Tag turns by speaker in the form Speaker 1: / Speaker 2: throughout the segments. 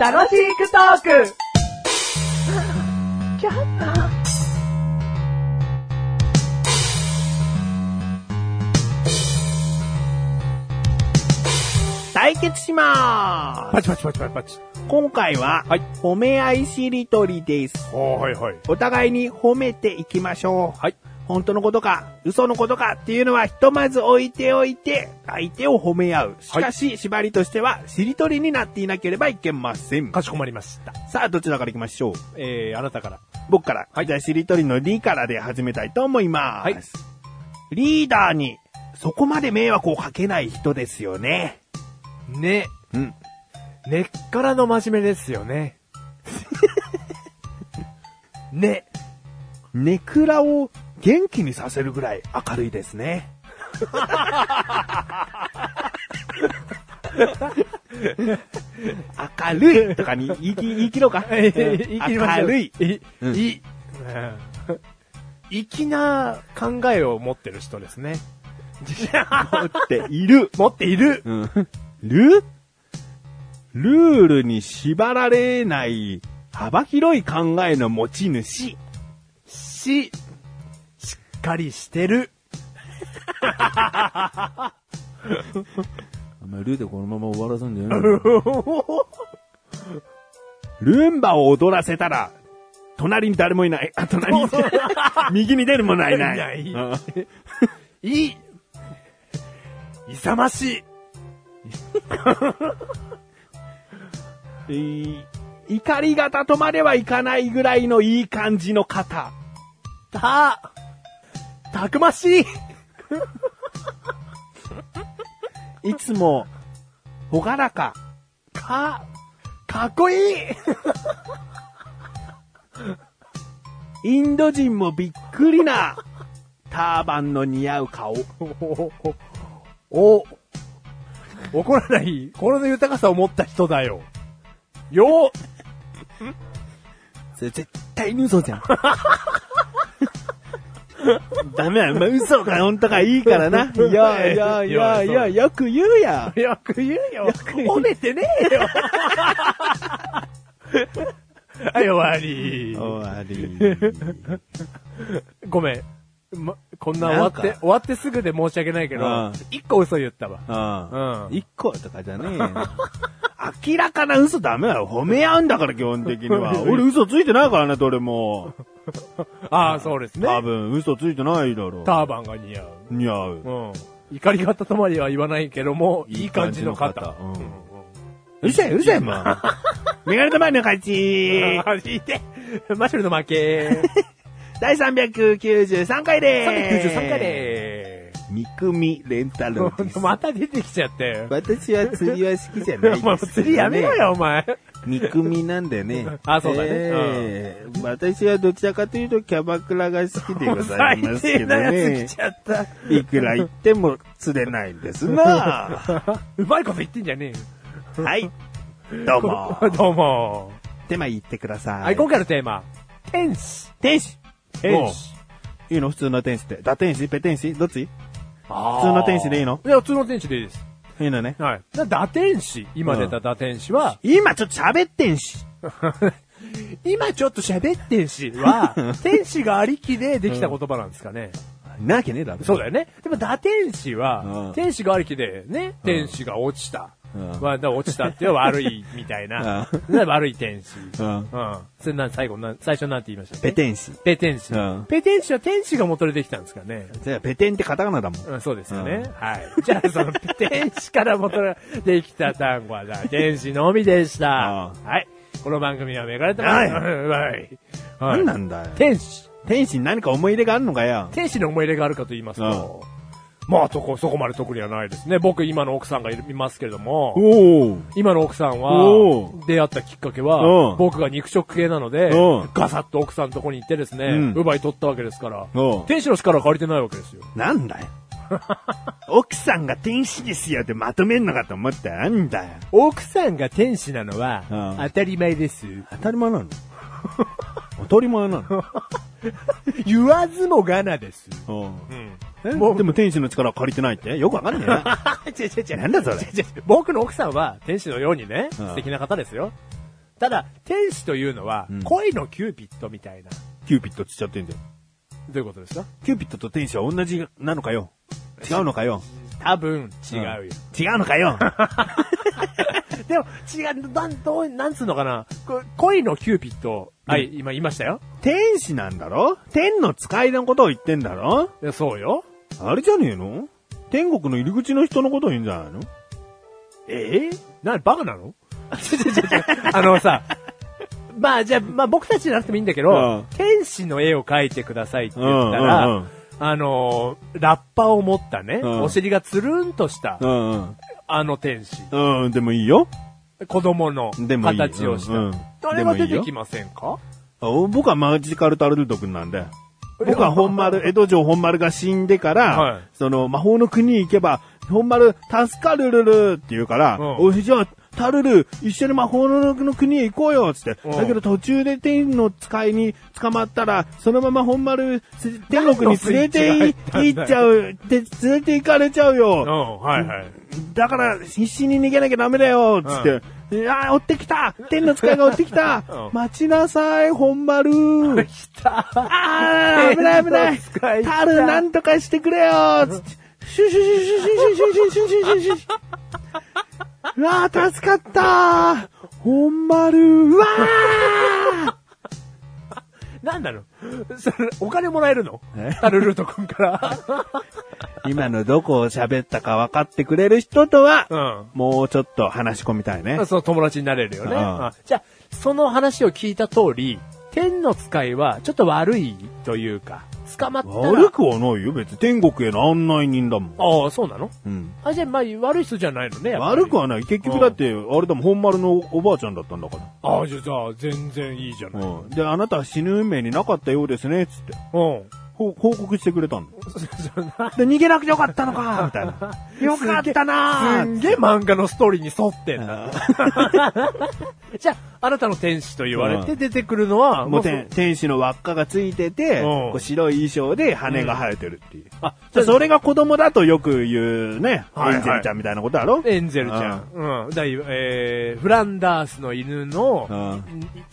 Speaker 1: 楽しくトーク
Speaker 2: 対決しまー
Speaker 3: パチパチパチパチパチ。
Speaker 2: す今回は、
Speaker 3: はい
Speaker 2: 褒め合いしりとりです。
Speaker 3: ああ、はいはい。
Speaker 2: お互いに褒めていきましょう。はい。本当のことか、嘘のことかっていうのはひとまず置いておいて、相手を褒め合う。しかし、縛りとしては、しりとりになっていなければいけません。
Speaker 3: かしこまりました。
Speaker 2: さあ、どちらから行きましょう
Speaker 3: えー、あなたから。
Speaker 2: 僕から。はい。じゃあ、しりとりのリからで始めたいと思います。
Speaker 3: はい
Speaker 2: リーダーに、そこまで迷惑をかけない人ですよね。
Speaker 3: ね。
Speaker 2: うん。
Speaker 3: 根っからの真面目ですよね。ね。
Speaker 2: ネクラを元気にさせるぐらい明るいですね。 明るいとかに言い 切言い切ろうか。
Speaker 3: えー言い切りましょう
Speaker 2: 明るい。
Speaker 3: い、
Speaker 2: うん
Speaker 3: い、うん粋な考えを持ってる人ですね。
Speaker 2: 持っている。
Speaker 3: 持っている
Speaker 2: うん。ルルールに縛られない幅広い考えの持ち主。
Speaker 3: し、しっかりしてる。
Speaker 4: お前、ルーでこのまま終わらすんじゃないの
Speaker 2: ルンバを踊らせたら、隣に誰もいない。あ、隣に、右に出るものはいない。
Speaker 3: い
Speaker 2: うん
Speaker 3: いい、勇ましい。
Speaker 2: え ー怒り方とまではいかないぐらいのいい感じの方。
Speaker 3: た、たくましい。
Speaker 2: いつも、ほがらか。
Speaker 3: か、かっこいい。
Speaker 2: インド人もびっくりな、ターバンの似合う顔。
Speaker 3: お、怒らない、心の豊かさを持った人だよ。よ、
Speaker 4: それ絶対に嘘じゃん。
Speaker 2: ダメだよ。まあ、嘘か本当かいいからな。いやいやいやいや、よく 言うや。
Speaker 3: よく言うよ。
Speaker 2: 褒めてねえよ。
Speaker 3: はい、終わり。
Speaker 4: 終わり。
Speaker 3: ごめん。ま、こんな終わ
Speaker 4: なん
Speaker 3: って
Speaker 4: か、
Speaker 3: 終わってすぐで申し訳ないけど
Speaker 4: うん、
Speaker 3: 一個嘘言ったわ。
Speaker 4: ああ。
Speaker 3: うん
Speaker 4: 一個とかじゃねえよ。
Speaker 2: 明らかな嘘ダメだよ。褒め合うんだから、基本的には。俺嘘ついてないからね、どれも。
Speaker 3: ああ、そうですね。
Speaker 2: 多分、嘘ついてないだろ。
Speaker 3: ターバンが似合う。
Speaker 2: 似合う。
Speaker 3: うん。怒り方とまでは言わないけども、いい感じの
Speaker 4: いい
Speaker 3: 方
Speaker 4: 感。じの方うん
Speaker 2: うるせえ、うるせえ、も う。メガネと前の 勝ち。
Speaker 3: あいて、マシュルの負け。
Speaker 2: 第393回でーす。
Speaker 3: 393回で
Speaker 2: 三組レンタル
Speaker 3: ー
Speaker 2: です
Speaker 3: す。。また出てきちゃって。
Speaker 4: 私は釣りは好きじゃ ないですけどね。
Speaker 3: もう釣りやめろよ、お前。。
Speaker 4: 憎みなんだよ ね
Speaker 3: あそうだね
Speaker 4: ええ私はどちらかというとキャバクラが好きでございますけ
Speaker 3: 最低
Speaker 4: ど
Speaker 3: なや
Speaker 4: ね
Speaker 3: つ来。ちゃった。
Speaker 4: いくら言っても釣れないんですな。
Speaker 3: うまいこと言ってんじゃね
Speaker 2: はい。どう
Speaker 3: え
Speaker 2: も。
Speaker 3: よ。どうも。
Speaker 2: テーマ言ってください。
Speaker 3: はい、今回のテーマ。天使。
Speaker 2: 天使。
Speaker 3: 天
Speaker 2: お
Speaker 3: 使。
Speaker 2: ういいの普通の天使って。打天使ペ天使どっち
Speaker 3: 普
Speaker 2: 普通の天使でいいの
Speaker 3: いや、普通の天使でいいです。
Speaker 2: いいのね。
Speaker 3: はい。だ打天使。今出た打天使は、
Speaker 2: 今ちょっと喋ってんし。
Speaker 3: 今ちょっと喋ってんし は、天使がありきでできた言葉なんですかね。
Speaker 4: なわけねえだろ。
Speaker 3: そうだよね。でも打天使
Speaker 4: う
Speaker 3: は
Speaker 4: ん、
Speaker 3: 天使がありきで、ね、天使が落ちた。
Speaker 4: うん
Speaker 3: まあ、だから落ちたっていうのは悪いみたいな。ね悪い天使。うん。
Speaker 4: うん。
Speaker 3: それな、最後な、最初なんて言いましたっけ
Speaker 2: ペ天使。
Speaker 3: ペテン師
Speaker 4: うん。
Speaker 3: ペテン師は天使が元でできたんですかね。
Speaker 2: じゃあ、ペテンってカタカナだもん。
Speaker 3: うん、そうですよね。はい。じゃあ、その、ペテン師から元でできた単語はだ、天使のみでした。
Speaker 4: あ
Speaker 3: はい。この番組はめがれて
Speaker 2: は
Speaker 3: ま
Speaker 2: い
Speaker 3: す。はい。 は
Speaker 2: 何
Speaker 3: い。
Speaker 2: なんだよ。
Speaker 3: 天使。
Speaker 2: 天使に何か思い入れがあるのかよ。
Speaker 3: 天使の思い入れがあるかと言いますと、まあ、そこ、そこまで特にはないですね。僕、今の奥さんがいるいますけれども、
Speaker 2: おお。
Speaker 3: 今の奥さん
Speaker 2: お
Speaker 3: は、出会ったきっかけ
Speaker 2: うん
Speaker 3: は、僕が肉食系なので
Speaker 2: うん、
Speaker 3: ガサッと奥さんのとこに行ってですね、
Speaker 2: うん
Speaker 3: 奪い取ったわけですから、
Speaker 2: おう
Speaker 3: 天使の力は借りてないわけですよ。
Speaker 2: なん だよ。奥さんが天使ですよってまとめんのかと思ったらなんだよ。
Speaker 3: 奥さんが天使なのは
Speaker 4: うん
Speaker 3: 当たり前です。
Speaker 4: 当たり前なの当たり前なの
Speaker 3: 言わずもがなです。
Speaker 4: うん
Speaker 3: うん。
Speaker 2: もうでも天使の力は借りてないってよくわかんねえな。
Speaker 3: 違う違う違う。
Speaker 2: なんだそれ
Speaker 3: 違う違う僕の奥さんは天使のようにね、
Speaker 2: うん
Speaker 3: 素敵な方ですよ。ただ、天使というのは、
Speaker 2: うん
Speaker 3: 恋のキューピッドみたいな。
Speaker 2: キューピットつっちゃってんじゃん。
Speaker 3: どういうことですか
Speaker 2: キューピットと天使は同じなのかよ。違うのかよ。
Speaker 3: 多分、違うよ。
Speaker 2: 違うのかよ。
Speaker 3: でも、違う、なん、どう、なんつうのかな。こ恋のキューピッド。はい、今言いましたよ。
Speaker 2: 天使なんだろ天の使いのことを言ってんだろ
Speaker 3: いやそうよ。
Speaker 2: あれじゃねえの天国の入り口の人のことを言うんじゃないの
Speaker 3: ええな、バカなの 違う違う違う。あのさ、 まあじゃあ、まあ僕たちじゃなくてもいいんだけど、
Speaker 2: うん
Speaker 3: 天使の絵を描いてくださいって言ったら、
Speaker 2: うんうんうん
Speaker 3: あのーラッパを持ったね、
Speaker 2: うん
Speaker 3: お尻がつるんとした、
Speaker 2: うん
Speaker 3: あの天使。
Speaker 2: うん。うん、でもいいよ。
Speaker 3: 子供の
Speaker 2: でもいい
Speaker 3: 形をした。
Speaker 2: うんうん
Speaker 3: あれは出てきませんか
Speaker 2: あ僕はマジカルタルト君なんで。
Speaker 3: え
Speaker 2: 僕は本 丸、江戸城本丸が死んでから、
Speaker 3: はい
Speaker 2: その魔法の国に行けば、本丸助かるるるって言うから、
Speaker 3: うん
Speaker 2: おいじゃあ、タルル、一緒に魔法の国へ行こうよっつって、
Speaker 3: うん
Speaker 2: だけど途中で天の使いに捕まったら、そのまま本丸、す天 国に連れてい
Speaker 3: 何のスイッチが入ったんだよ
Speaker 2: 行っちゃ う、で連れて行かれちゃう
Speaker 3: うん、
Speaker 2: よ、
Speaker 3: はいはい。
Speaker 2: だから必死に逃げなきゃダメだよっつって、ああ、追ってきた天の使いが追ってきた、
Speaker 3: うん
Speaker 2: 待ちなさい、本丸
Speaker 3: 来た。
Speaker 2: あー、危ない危な
Speaker 3: 天の使い
Speaker 2: い。タル、なんとかしてくれよつって。シュシュシュシュシュシュシュシュシュシュシュ。うわー、助かったー。本丸、うわ
Speaker 3: なんなの それ、お金もらえるの
Speaker 2: え
Speaker 3: タルルート 君か
Speaker 2: ー。今のどこを喋ったか分かってくれる人とは、
Speaker 3: ら。
Speaker 2: もうちょっと話し込みたいね
Speaker 3: うん。。その友達になれるよね。
Speaker 2: うん
Speaker 3: あじゃあ、その話を聞いた通り、天の使いはちょっと悪いというか、捕まったら。
Speaker 2: 悪くはないよ、別に。天国への案内人だもん。
Speaker 3: ああ、そうなの
Speaker 2: うん。
Speaker 3: あ、じゃあ、まあ、悪い人じゃないのね。やっぱり
Speaker 2: 悪くはない。結局だって、あれだもん、本丸のおばあちゃんだったんだから。
Speaker 3: ああ、じゃあじゃあ、全然いいじゃない。うん。
Speaker 2: うん。で、あなたは死ぬ運命になかったようですね、つって。ほ報告してくれたんだ。
Speaker 3: そそんな
Speaker 2: で、逃げなくてよかったのかみたい な。よかったな
Speaker 3: すんげえ漫画のストーリーに沿ってんな。
Speaker 2: ー
Speaker 3: じゃあ、あなたの天使と言われ
Speaker 2: う
Speaker 3: て出てくるのは、
Speaker 2: もう
Speaker 3: そ
Speaker 2: 天天使の輪っかがついてて、
Speaker 3: うん
Speaker 2: こう白い衣装で羽が生えてるっていう。
Speaker 3: あ、
Speaker 2: じゃあそれが子供だとよく言うね、
Speaker 3: はいはい
Speaker 2: エンジェルちゃんみたいなことだろ
Speaker 3: エンゼルちゃん。うん。だいえー、フランダースの犬の、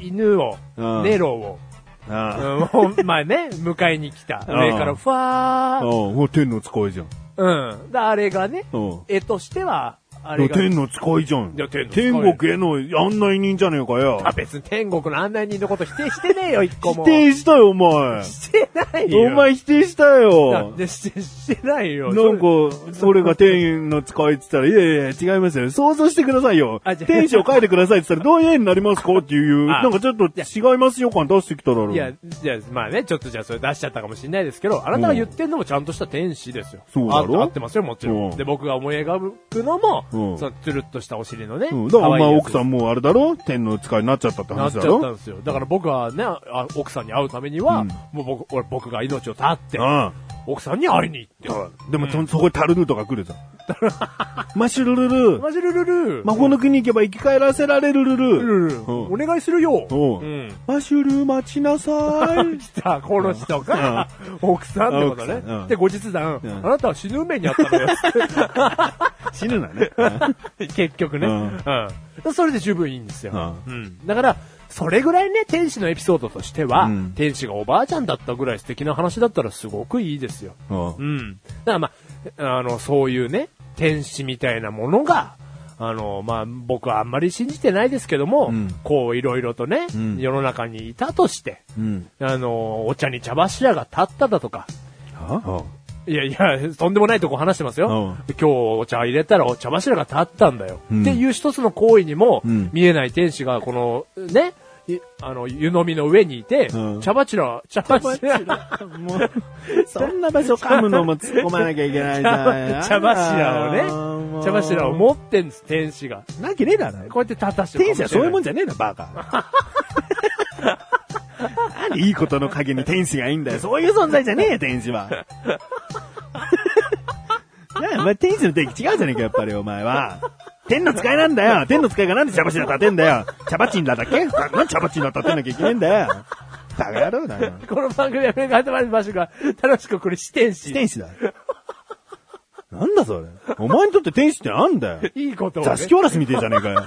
Speaker 3: い犬を、
Speaker 2: うん
Speaker 3: ネロを、
Speaker 2: ああ
Speaker 3: うん、ほん まあね、迎えに来た。
Speaker 2: うん
Speaker 3: 上からふわ
Speaker 2: ああ
Speaker 3: ー。
Speaker 2: もう天の使いじゃん。
Speaker 3: うん。だあれがね、
Speaker 2: うん
Speaker 3: 絵としては、あれ
Speaker 2: いや
Speaker 3: が。
Speaker 2: 天の使いじゃん。
Speaker 3: いや天の使い
Speaker 2: 天国への案内人じゃねえかよ。
Speaker 3: あ、別に天国の案内人のこと否定してねえよ、一個
Speaker 2: 否
Speaker 3: も。
Speaker 2: 定したよ、お前。
Speaker 3: してないよ。
Speaker 2: お前否定した
Speaker 3: だ
Speaker 2: よ
Speaker 3: っ。てして、してないよ。
Speaker 2: なんか、それが天の使いって言ったら、いやいや、違いますよ。想像してくださいよ。
Speaker 3: あじゃあ
Speaker 2: 天使を書いてくださいって言ったら、どういう絵になりますかっていう、
Speaker 3: あ
Speaker 2: なんかちょっと違いますよ感出してきただろ。
Speaker 3: いや、じゃあ、まあね、ちょっとじゃあそれ出しちゃったかもしれないですけど、あなたが言ってんのもちゃんとした天使ですよ。
Speaker 2: そうだろ
Speaker 3: あ合ってますよ、もちろん。
Speaker 2: うん
Speaker 3: で、僕が思い描くのも、
Speaker 2: うん
Speaker 3: その、つるっとしたお尻のね。
Speaker 2: うん、だからお前奥さ
Speaker 3: ん
Speaker 2: んもうあれだろ天の使いになっちゃったって
Speaker 3: なっ
Speaker 2: 話
Speaker 3: ち
Speaker 2: だ
Speaker 3: ゃった
Speaker 2: ろ
Speaker 3: んですよ。だから僕はね、あ奥さんに会うためには、
Speaker 2: うん
Speaker 3: もう僕、俺、僕が命を絶って、
Speaker 2: う
Speaker 3: 奥さんに会いに行って。
Speaker 2: ん。でもそ、そこにタルルとか来るじゃん。 マシュルルル。
Speaker 3: マジルルル
Speaker 2: 魔法の国行けば生き返らせられるル
Speaker 3: ル
Speaker 2: ル。
Speaker 3: ルル、
Speaker 2: うん
Speaker 3: お願いするよ。
Speaker 2: うん
Speaker 3: ん。
Speaker 2: マシュル待ちなさい。
Speaker 3: 来た、この人が、奥さんってことね
Speaker 2: 奥さんう。ん
Speaker 3: で、後日談、
Speaker 2: うん
Speaker 3: あなたは死ぬ運命にあったのよ。
Speaker 2: 死ぬなね。
Speaker 3: 結局ね、
Speaker 2: う
Speaker 3: うんんそれで十分いいんですよ、
Speaker 2: う
Speaker 3: うんだから、それぐらいね、天使のエピソードとしては、
Speaker 2: うん
Speaker 3: 天使がおばあちゃんだったぐらい素敵な話だったらすごくいいですよ。
Speaker 2: うん
Speaker 3: うん。だからまあ、あの、そういうね、天使みたいなものが、あの、まあ、僕はあんまり信じてないですけども、
Speaker 2: うん
Speaker 3: こう、いろいろとね、
Speaker 2: うん
Speaker 3: 世の中にいたとして、
Speaker 2: うん。
Speaker 3: あの、お茶に茶柱が立っただとか、
Speaker 2: は
Speaker 3: いやいや、とんでもないとこ話してますよ。今日お茶入れたらお茶柱が立ったんだよ。
Speaker 2: うん
Speaker 3: っていう一つの行為にも、
Speaker 2: うん
Speaker 3: 見えない天使がこの、ね、いあの、湯飲みの上にいて、
Speaker 2: うん
Speaker 3: 茶柱、茶柱、
Speaker 2: も う、そんな場所噛むのも突っ込まなきゃいけないじゃん。
Speaker 3: 茶柱をね
Speaker 2: もう
Speaker 3: 茶柱を持ってんです、天使が。
Speaker 2: なきねえだろ。
Speaker 3: こうやって立たしてる
Speaker 2: 天使はそういうもんじ
Speaker 3: じ
Speaker 2: ゃねえな、バ カ。なんでいいことの陰に天使がいいんだよ。そういう存在じゃねえよ、天使 は。なあ、お前天使の定義違うじゃねえか、やっぱりお前は。天の使いなんだよ。天の使いがなんで茶柱立てんだよ。茶鉢にだだっけなんで茶鉢に立てなきゃいけねえんだよ。バカ野郎だよ。
Speaker 3: ゃこの番組は目が集まる場所が楽しくこれ、四天使。
Speaker 2: 天使だ。なんだそれ。お前にとって天使ってなんだよ。
Speaker 3: いいことを、ね。
Speaker 2: 座敷わらしみてえじゃねえかよ。